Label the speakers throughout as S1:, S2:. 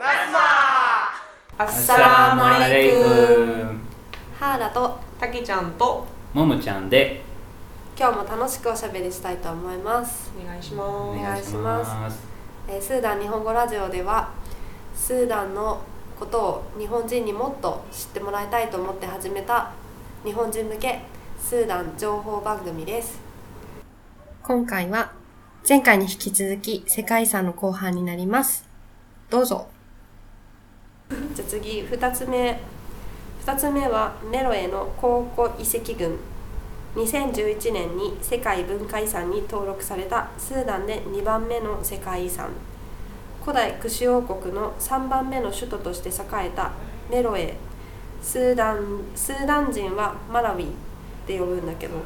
S1: アッ
S2: サ
S1: サラ
S2: ラ
S1: ー
S2: マ
S1: マ
S2: レ
S1: レイ
S2: イ
S1: ク
S2: ク
S1: ハーラと
S3: たけちゃんと
S2: ももちゃんで
S1: 今日も楽しくおしゃべりしたいと思います、
S3: お願いしま
S2: お
S3: す。
S2: 願いします
S1: えースーダン日本語ラジオではスーダンのことを日本人にもっと知ってもらいたいと思って始めた日本人向けスーダン情報番組です今回は前回に引き続き世界遺産の後半になりますどうぞじゃあ次2つ目2つ目はメロエの考古遺跡群2011年に世界文化遺産に登録されたスーダンで2番目の世界遺産古代クシュ王国の3番目の首都として栄えたメロエスーダンスーダン人はマラウィって呼ぶんだけど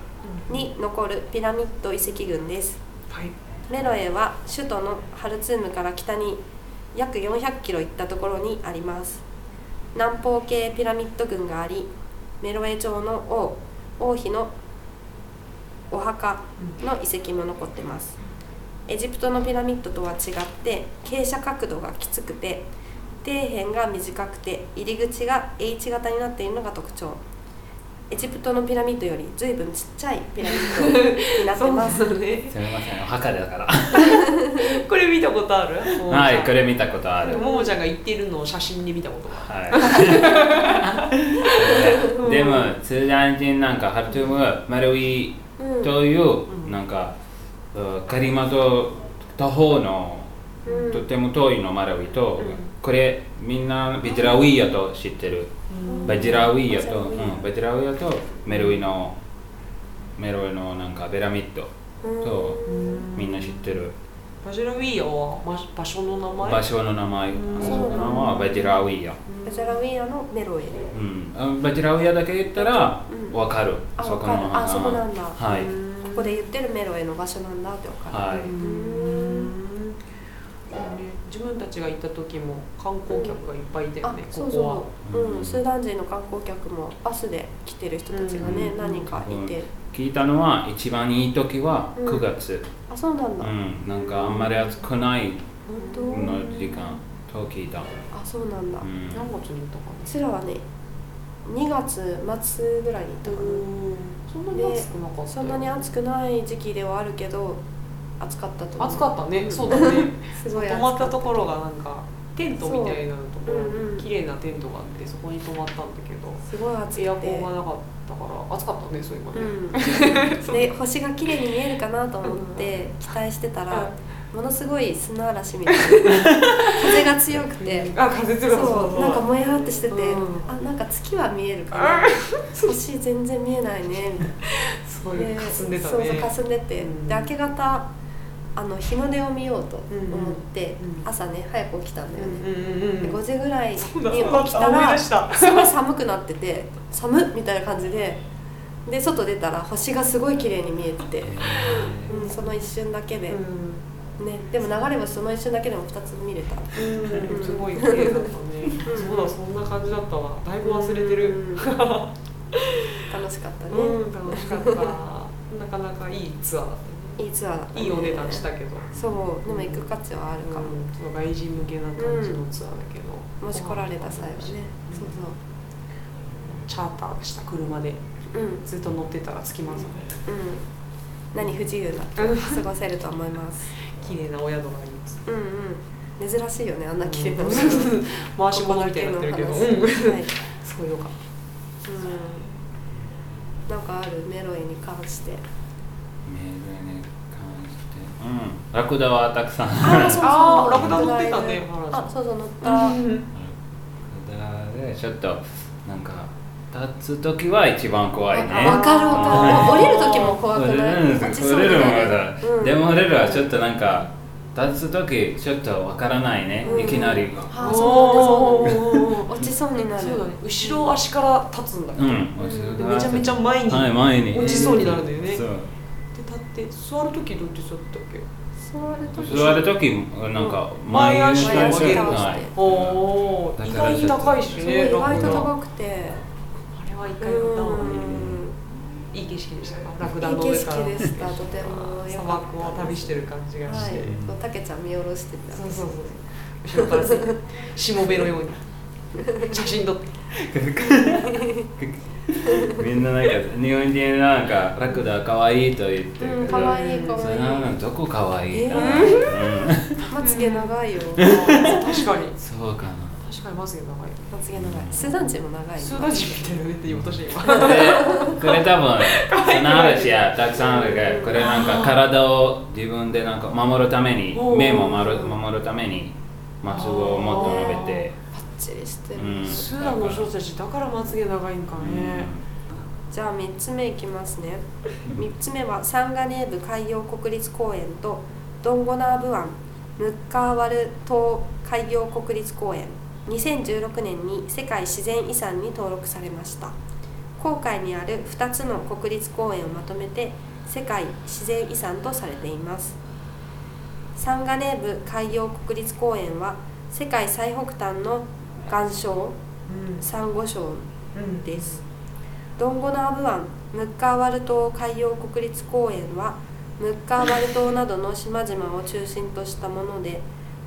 S1: に残るピラミッド遺跡群です
S3: はい。
S1: メロエは首都のハルツームから北に約400キロ行ったところにあります南方系ピラミッド群がありメロエ朝の王王妃のお墓の遺跡も残ってますエジプトのピラミッドとは違って傾斜角度がきつくて底辺が短くて入り口が H 型になっているのが特徴エジプトのピラミッドより随分ちっちゃいピラミッドになってます
S3: そうなのね。
S2: すみませんお墓だから
S3: これ見たことある？
S2: はいこ
S3: れ。
S2: れ見たことある
S3: ももちゃんが言ってるのを写真で見たことがあ
S2: はいでもスーダン人なんかハルトゥームマルウィ
S1: うん
S2: という
S3: うん
S2: なんかうんカリマと他方の
S1: うん
S2: とても遠いのマラウィと
S3: うん
S2: これみんなビジラウィヤと知ってる
S3: る。
S2: バジラウィヤ
S1: バジラ
S2: と、
S1: ウ
S2: う
S1: ィヤ
S2: ん、バジラウィヤとメルウィのメルウィのなんかベラミッドと
S3: うん
S2: みんな知ってる
S3: バジルウィーヤはま場所の名前。
S2: 場所の名前
S3: うん
S2: あそこの名前はバジラウィヤ、
S1: バジャラウィーヤのメロエ
S2: うんあ、バジラウィヤだけ言ったら
S1: うん
S2: わかる、
S1: あ
S2: そこ
S1: わ
S2: の名
S1: かる
S2: 前
S1: あそこなんだ
S2: はい、
S1: ここで言ってるメロエの場所なんだってわかる、
S2: は
S3: う
S2: い
S3: ん。自分たちが行った時も観光客がいっぱいいたよ
S1: あ
S3: ね。こ
S1: そう
S3: こは。
S1: そう、うんスーダン人の観光客もバスで来てる人たちがね、
S3: うん
S1: 何人かいて、
S2: 聞いたのは一番いい時は
S1: うん
S2: 9月、
S1: あそうなん
S2: う
S1: だ、
S2: ん
S1: 本
S2: なんかあんまり暑くない
S1: 当、
S2: の時間と聞いた、
S1: あそうなんだ、
S2: う、
S1: うん
S3: 何月に行ったかな。
S1: ちらはね2月末ぐらいに行ったかな、
S3: そんなに暑くなかったよ。
S1: そんなに暑くない時期ではあるけど暑かったと思う
S3: 暑かったね。そううだね。
S1: すごい暑
S3: 泊
S1: か
S3: ま
S1: っ
S3: ったたところがなんかテントみたいなところ、
S1: うんうん
S3: 綺麗なテントがあってそこに泊まったんだけど
S1: すごい暑くて
S3: エアコンがなかったから暑かったねそういえばね、
S1: うん、 で星が綺麗に見えるかなと思って期待してたら、ものすごい砂嵐みたいな 風が強くて
S3: あ風
S1: そ
S3: 強かった
S1: うなんかもやーってしてて、
S3: うん
S1: あなんか月は見えるかな 星全然見えないねみたい
S3: すごい
S1: な
S3: 霞んでたね
S1: そうそう霞んでて、
S3: うん
S1: で明け方あの日の出を見ようと思って、
S3: うんうん
S1: 朝ね早く起きたんだよ
S3: うん
S1: ね、
S3: うんうん
S1: で
S3: うん
S1: 5時ぐらいに起
S3: そう
S1: き
S3: だそうだ
S1: た
S3: あ思い
S1: ら
S3: 出した
S1: すごい寒くなってて寒っみたいな感じでで外出たら星がすごい綺麗に見えてて、うん、その一瞬だけで、ねでも流れはその一瞬だけでも2つ見れた
S3: うん
S1: うん
S3: すごい綺麗だったね
S1: うん
S3: そうだそんな感じだったわだいぶ忘れてる
S1: うん楽しかったね、
S3: うん楽しかったなかなかいいツアーだっ
S1: いいツアーだっ
S3: た
S1: たね
S3: ねいいお値段したけど
S1: そうでも行く価値はあるかも、
S3: うんそう外人向けな感じのツアーだけど、
S1: もし来られた際はね
S3: うん
S1: そう
S3: チャーターした車で
S1: そううんうん
S3: ずっと乗ってたら着きますね
S1: 何不自由なく過ごせると思い ます
S3: 綺麗なお宿があります
S1: うんうん珍しいよねあんな綺麗なお宿
S3: 回し物みたいになってるけど、
S1: ここだ
S3: うん
S1: の話はい
S3: すごいよかっ
S1: うんなんかあるメロイに関して
S2: メールに関してうんラクダはたくさん
S1: あ
S3: そうあーラクダ乗ってたね原田さん、
S1: あそうそう乗ったた、
S2: ラクダでちょっとなんか立つ時は一番怖いね
S1: あわかるわかる。降りる時も怖くない。落ちそ
S2: 降
S1: う
S2: り
S1: に
S2: るも
S1: な
S2: の
S1: る
S2: だ、
S1: うん
S2: でも俺らはちょっとなんか立つ時ちょっとわからないね、
S1: うん
S2: いきなり
S1: あそうなんだそうなんだ
S3: おー
S1: 落ちそうになる。
S3: そうだね後ろ足から立つんだ
S2: う
S3: ね、
S2: ん
S3: でめちゃめちゃ前に、
S2: はい前に
S3: 落ちそうになるんだよね
S2: そう
S3: で立って座る時どうやって座ったっけ
S1: 座る時。
S2: 座る時なんか前
S3: 前
S2: に
S3: 足
S2: 下に
S3: を上げる
S2: はい
S3: おお
S2: だ
S3: 意
S2: から
S3: 外に高いし
S1: そう
S3: ね
S1: 意外と
S3: ラクダ
S1: 高くて。
S3: あれは一
S1: う
S3: 回乗ったわね
S1: ん。
S3: いい景色でしたかラ
S1: い
S3: ク
S1: い
S3: ダの
S1: 景
S3: 上から
S1: 色でした。とても良
S3: 砂
S1: かった
S3: 漠を旅してる感じが
S1: は
S3: し
S1: い
S3: て、。
S1: そうたけちゃん見下ろしてた。
S3: そうそうそう。後ろからせしもべのよう に写真撮って
S2: みんななんか日本人なんかラクダ可愛いと言って
S1: う
S2: る
S1: ん
S2: けど、
S1: 可愛い可
S2: それ
S1: 愛
S2: ないのどこ可愛いな、
S1: まつげ長いよ
S3: 確かに
S2: うん、そうかな
S3: 確かにまつげ長い
S1: まつげ長いスーダン人も長い
S3: スーダン人みたいなねって言おうとして今
S2: これこれ多分その話はたくさんあるけどこれなんか体を自分でなんか守るために
S3: おー
S2: 目も守る守るためにまつげをもっと伸べて、
S1: パッチリしてる、
S2: うん、
S3: スーダンの人たちだからまつげ長いんかね
S1: じゃあ3つ目いきますね3つ目はサンガネーブ海洋国立公園とドンゴナーブ湾ムッカーワル島海洋国立公園2016年に世界自然遺産に登録されました郊外にある2つの国立公園をまとめて世界自然遺産とされていますサンガネーブ海洋国立公園は世界最北端の岩礁サンゴ礁
S3: うんうん
S1: ですドンゴナーブ湾ムッカーワル島海洋国立公園はムッカーワル島などの島々を中心としたもので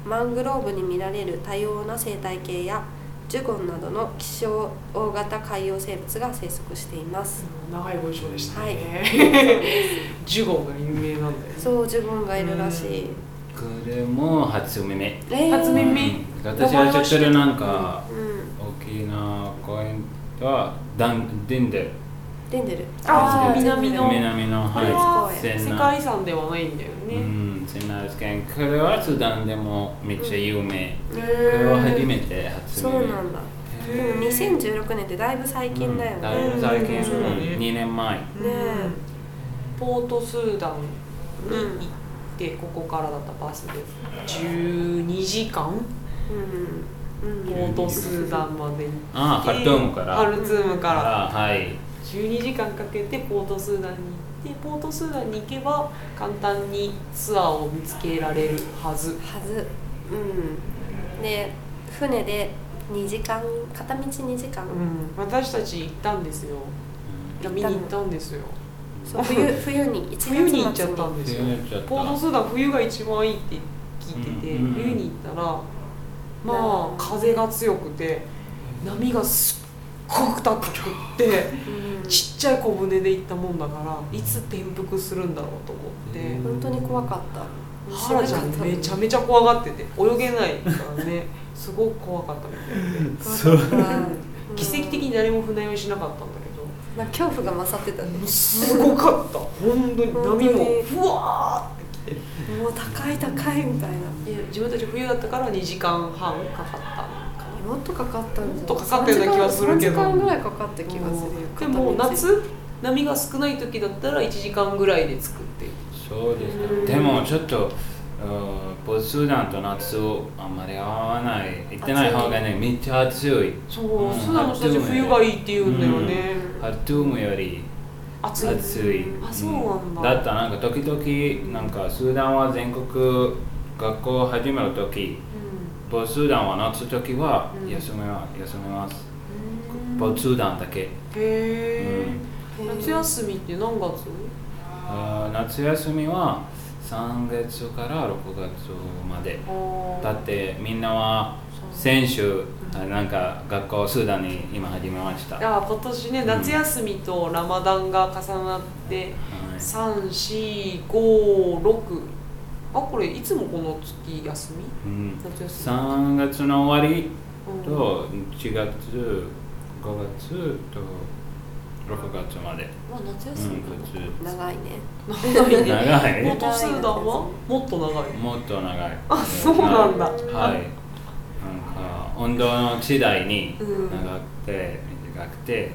S1: マングローブに見られる多様な生態系やジュゴンなどの希少大型海洋生物が生息しています
S3: 長い文章でした
S1: はい
S3: ねジュゴンが有名なんだよね
S1: そうジュゴンがいるらしい
S2: これも初耳
S1: えー
S3: 初耳
S2: うん私はちょっとなんか
S1: うん
S2: 沖縄公園はダンデンデル
S1: デンデル
S3: あ
S2: ー
S3: 南の
S2: 南の
S3: こ
S2: は
S3: れはい世
S2: セナ
S3: 界遺産ではないんだよ
S2: う
S3: ね
S2: んセナス県これはスーダンでもめっちゃ有名、
S1: へ
S2: これは初
S1: ー
S2: めて初
S1: そう
S2: 耳
S1: なんだ
S3: へ
S1: で
S3: ー
S1: も2016年ってだいぶ最近だよ
S2: うん
S1: ね
S2: だいぶ最近、
S3: うんそうだね
S2: 2年前
S1: ねえ
S3: ポートスーダンに行ってここからだったバスで12時間
S1: うんうん
S3: ポートスーダンまで行って
S2: ああハルトームから
S3: ハルツームから
S2: あはい
S3: 12時間かけてポートスーダンに行ってポートスーダンに行けば簡単にツアーを見つけられるはず
S1: はずうんで船で2時間片道2時間、
S3: うん私たち行ったんですよ
S1: 行ったの
S3: 見に行ったんですよ
S1: そ う冬冬に1月末
S3: 冬に行っちゃったんですよ
S2: 冬に行っちゃった
S3: ポートスーダン冬が一番いいって聞いてて、
S2: うん
S3: 冬に行ったらまあ風が強くて波がすっごく高くて
S1: うん
S3: ちっちゃい小舟で行ったもんだからいつ転覆するんだろうと思って
S1: 本当に怖かった
S3: ハラちゃんめちゃめちゃ怖がってて泳げないからねすごく怖かったみたいで
S1: 怖かったうん
S3: 奇跡的に誰も船酔いしなかったんだけど
S1: なんか恐怖が勝ってたね
S3: すごかった本当に
S1: 本当に
S3: 波もふわーって
S1: もう高い高いみたいない
S3: や自分たち冬だったから2時間半かかったかな
S1: もっとかかったんじゃない
S3: もっとかかったような気がするけど
S1: 3時間ぐらいかかった気がするよ
S3: でも
S1: 片道
S3: 夏波が少ない時だったら1時間ぐらいで着くっていう
S2: そうですね、
S1: うん
S2: でもちょっとうんポートスーダンと夏をあんまり合わない行ってない方がねめっちゃ暑い
S3: そう、
S2: うん
S3: スーダンの人たち冬がいいって言うんだよね、
S2: ハルトゥームより
S3: 暑い
S2: 暑い、
S3: あそうなんだ
S2: だったらなんか時々なんかスーダンは全国学校始める時ポートスーダンは夏時は
S3: うん
S2: 休めは休めます、
S3: うん
S2: ポートスーダンだけ
S3: へえ、
S1: うん
S3: 夏休みって何月
S2: あー夏休みは3月から6月までだ
S3: あ
S2: ってみんなは先週あなんか学校スーダンに今始めまし
S3: あ
S2: た、はい、
S3: あ今年ね夏休みとラマダンが重なって、3456あこれいつもこの月休み
S2: うん、
S3: 夏休み
S2: 3月の終わり
S3: うん
S2: と1月5月と6月まで、
S3: まあ夏
S2: うん、
S3: 休みか
S2: 普
S1: 長いね
S3: な長いね
S2: 通長
S3: ポー
S2: い
S3: トスーダンはもっと長い
S2: もっと長い
S3: あそうなんだ
S2: はいなんか温度の時代に
S3: うん
S2: 長くて短くて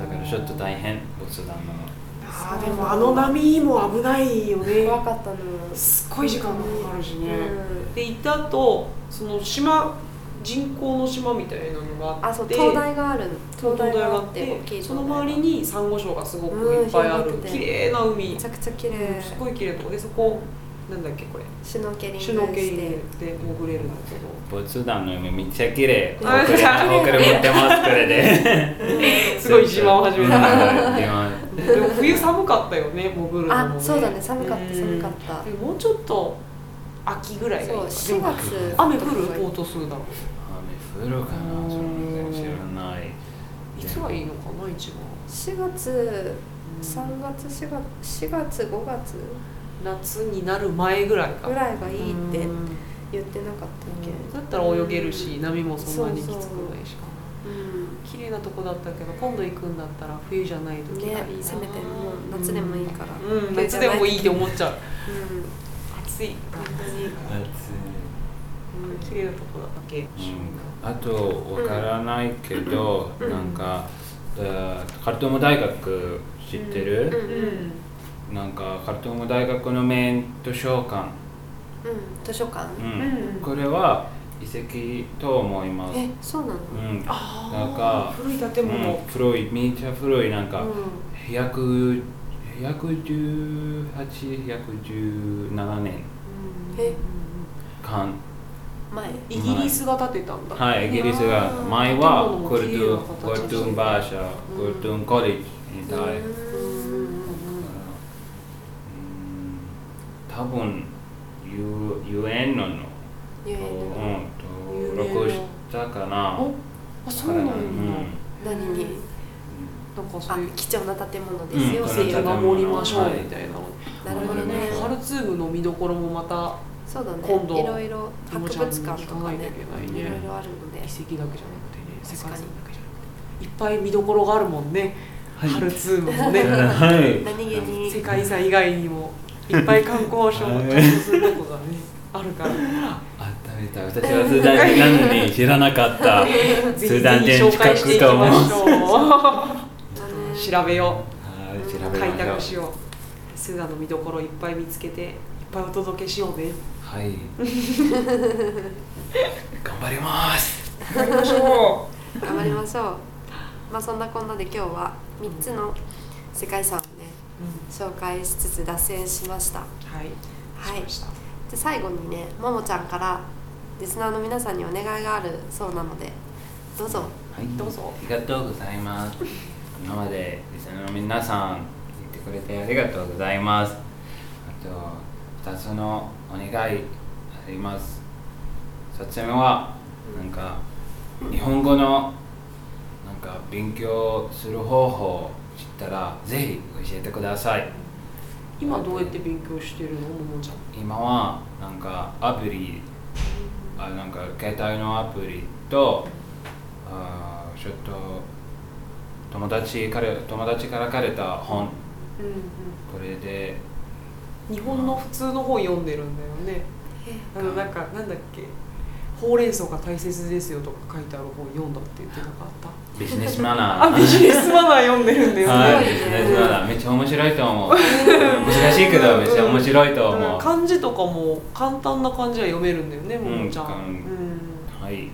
S2: だからちょっと大変ボスダンの
S3: あーでもあの波も危ないよね
S1: 怖かったの
S3: すっごい時間がかかるしね、
S1: うん
S3: で行った後その島人工の島みたいなのがあって
S1: あそう灯台がある
S3: 灯
S1: 灯
S3: 台
S1: 台
S3: が
S1: が
S3: あ
S1: あ
S3: っ
S1: って大き
S3: て
S1: い
S3: そ
S1: 灯
S3: の
S1: 台
S3: 周りにサンゴ礁がすごくいっぱいある
S1: うん広がってて
S3: 綺麗な海
S1: めちゃくちゃ綺麗
S3: すごい綺麗なとこでそこなんだっけこれ
S1: シュノーケリング
S3: シュノーケリン
S1: して
S3: グで潜れるんだけど
S2: ボスダンの海めっちゃ綺麗
S3: う
S2: 遅
S3: ん
S2: れ 遅れ持ってますこれで
S3: すごい自慢を始めた
S2: はい自慢
S3: でも冬寒かったよね潜るのも、ね、
S1: あそうだね寒かった寒かった
S3: でもうちょっと秋ぐらいがいい
S1: そう
S3: か
S1: 4月
S3: 雨降るポートスーダン
S2: 雨降るかなそれ全然知らない
S3: いつがいいのかな一番
S1: 4月3月4月4月5月
S3: 夏になる前ぐらいか
S1: ぐらいがいいって
S3: うん
S1: 言ってなかったっけ
S3: だったら泳げるし波もそんなにきつくないしか
S1: うん
S3: 綺麗なとこだったけど今度行くんだったら冬じゃない時がいいな、
S1: ねせめてもう夏でもいいから
S3: うん、夏でもいいって思っちゃう
S1: うん
S3: 暑い本当に綺麗なとこだったけ
S2: うんあとわからないけど、
S1: うん
S2: なんか、だカルトム大学知ってる、
S1: うん
S2: なんかカルトム大学の面図書館、
S1: うん図書館
S2: うん
S3: うん
S2: これは遺跡と思います、
S1: えそうなの
S2: うん、
S3: あ
S2: なんか
S3: あ古い建
S2: うん
S3: 物、
S2: 古いめっちゃ古いなんか、
S1: う
S2: 100 118,117年
S1: んえ
S2: 間
S1: 前
S3: イギリスが建てたんだ、
S2: はい、イギリスが
S1: うん
S2: 前は
S3: でも
S2: コルトゥン
S3: 綺麗な形
S2: コルトゥンバーシャコルトゥンコレッジにいたい、うん多分 U- UN のの
S1: 遊
S2: と
S1: 園
S2: うん登録したかな
S3: おあそうなんだ、
S2: うん
S1: 何に
S3: なんか
S1: あ
S3: そういう
S1: 貴重な建物ですよ
S2: うん
S1: ってい
S3: 生
S1: う
S3: を守りましょうみたいな、
S1: なるほどね
S3: ハルツームの見どころもまた
S1: そうだね
S3: 今度
S1: いろいろ博物館とか
S3: 行かないとい
S1: ね
S3: けない
S1: い
S3: ね
S1: ろいろあるので
S3: 遺跡だけじゃなくてね世
S1: 確か
S3: 界遺産だ
S1: に
S3: けじゃなくていっぱい見どころがあるもんね、
S2: はい
S3: ハルツームも
S2: うん
S3: ね
S2: はい
S1: 何気に
S3: 世界遺産以外にもいっぱい観光省
S2: は
S3: の
S2: い
S3: するとこがねあるから
S2: あ食べた私はスーダン人なのに知らなか ったス
S3: ぜ
S2: ー
S3: ひ
S2: ダン
S3: ぜひ
S2: 人
S3: 紹介してい
S2: 近く
S3: き
S2: と思
S3: まし
S2: う
S3: ょ
S1: だね
S3: う調べよ
S2: はい調
S3: う
S2: べましょう
S3: 開拓しようスーダンの見どころいっぱい見つけていっぱいお届けしようね
S2: はい頑張ります
S3: やりましょ
S1: 頑張りましょうまあそんなこんなで今日は3つの世界遺産をね
S3: う、
S1: 紹介しつつ脱線しました
S3: はい
S1: はい
S3: しました
S1: で最後にねももちゃんからリスナーの皆さんにお願いがあるそうなのでどうぞ
S2: はい
S3: どうぞ
S2: ありがとうございます今までリスナーの皆さん言ってくれてありがとうございますあと2つのお願いあります1つ目はなんか日本語のなんか勉強する方法を知ったらぜひ教えてください
S3: 今どうやって勉強してるのももちゃん
S2: 今はなんかアプリあなんか携帯のアプリとあーちょっと友達から友達から借りた本
S3: うんうん
S2: これで
S3: 日本の普通の本読んでるんだよね
S1: え
S3: あのなんかなんだっけほうれん草が大切ですよとか書いてある本読んだって言ってなかっ
S2: ビジネスマナ
S3: た
S2: ー
S3: あビジネスマナー読んでるんだよね、
S2: はいビ
S1: す
S2: ジ
S1: ごいね
S2: ネスマナーめっちゃ面白いと思う難しいけどめっちゃ面白いと思う、は
S3: 漢字とかも簡単な漢字は読めるんだよねももちゃん、
S2: うん
S3: うん
S2: いで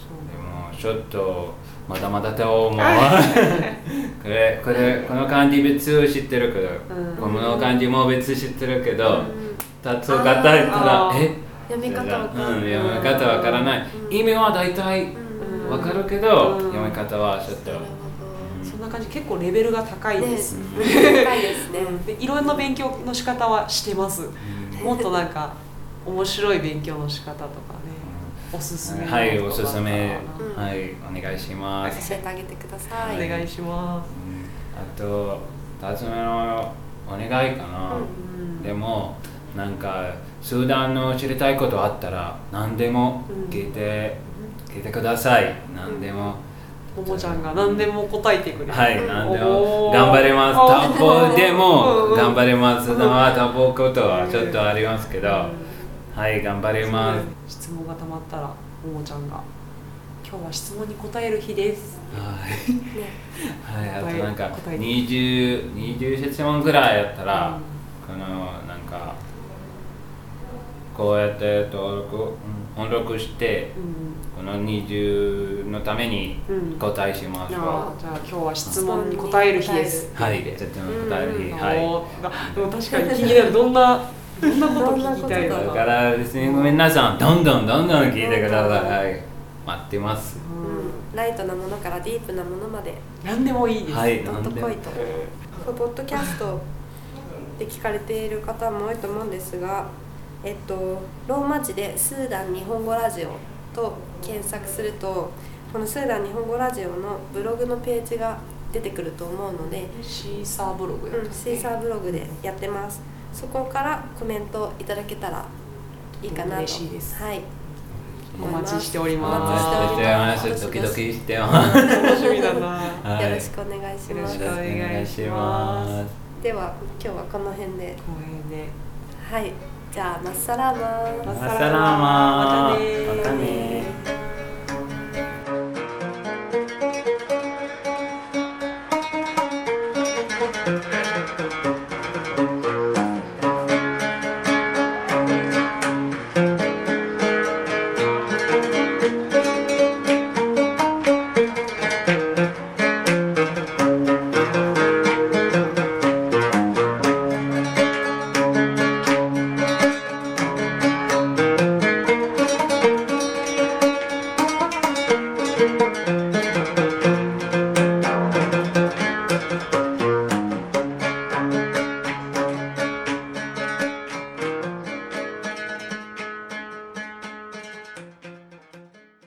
S3: そう
S2: もちょっとまだまだと思う これこれこの漢字別知ってるけど、
S3: うん
S2: この漢字も別知ってるけど、
S1: うん
S2: 立つ方やったら
S3: あー
S2: え
S1: 読み方わかんない
S2: うん、読み方わからない、
S1: うん
S2: 意味は大体
S1: うん
S2: わかるけ
S3: う
S2: ど、
S3: ん
S2: 読み方はちょっと、
S1: なる
S3: そんな感じ結構レベルが高い
S1: ほどね
S3: です、
S1: 深いですね
S3: うんでいろんな勉強の仕方はしてます
S2: う
S3: もっとなんか面白い勉強の仕方とかねおすすめ
S2: ん
S3: の
S2: はい
S3: と
S2: お
S3: か
S2: すすめ、
S1: うん
S2: はいお願いします、
S1: 教えてあげてくださ
S3: お
S1: い
S2: はい
S3: 願いしま
S2: あと2つ目のお願いかな、
S1: う
S3: す、うん
S2: でもなんかスーダンの知りたいことあったら何でも聞いて、聞いてください何でも、
S3: ももちゃんが何でも答えてくれる、
S2: はい、なんで
S3: お
S2: も
S3: ー
S2: 頑張れます。
S3: あ
S2: タバコで
S3: うんう
S2: も
S3: ん
S2: 頑張れます。まあタバコとはちょっとありますけど、はい、頑張れます。
S3: 質問がたまったらももちゃんが今日は質問に答える日です
S2: はい、
S1: ね
S2: はい、あとなんか
S3: 答えて
S2: 二十二十質問ぐらいやったら、
S3: うん
S2: このなんかこうやって登録うん登録して
S3: うん
S2: この二十のために
S3: うん
S2: 答えします。
S3: じゃあじゃあ今日は質問に答える日です
S2: はい、とても答える日、はい。
S3: おーあでも確かに気になるどんなどんなこと聞きたい
S1: ど
S3: のか
S2: だ
S1: んなこと
S2: か
S3: な
S2: らですね、皆さん、どんどんどんどん聞いてください。はい、待ってます。
S1: うんライトなものからディープなものまで
S3: 何でもいいです、
S2: はい、
S1: ど
S2: なんん
S1: と
S2: でも
S1: 来いとこのポッドキャストで聞かれている方も多いと思うんですがえっと、ローマ字でスーダン日本語ラジオと検索するとこのスーダン日本語ラジオのブログのページが出てくると思うので、
S3: シーサーブログやっ
S1: う
S3: た
S1: ん、シーサーブログでやってますそこからコメントいただけたらいいかなと
S3: 嬉しいです
S1: はい、
S3: お待ちしてお
S2: お
S3: りま
S1: 待ちしております
S2: 待ちしておりますドキドキしてます
S3: す。 楽しみだ な。
S2: はい
S1: よろしくお願いし
S3: よ
S1: ま
S3: ろ
S1: す
S3: しくお願いします
S1: では今日はこの辺で
S3: 光栄ね。
S1: はいじゃあマッサラーマン
S2: マッサラーマン
S3: またねー
S2: またねー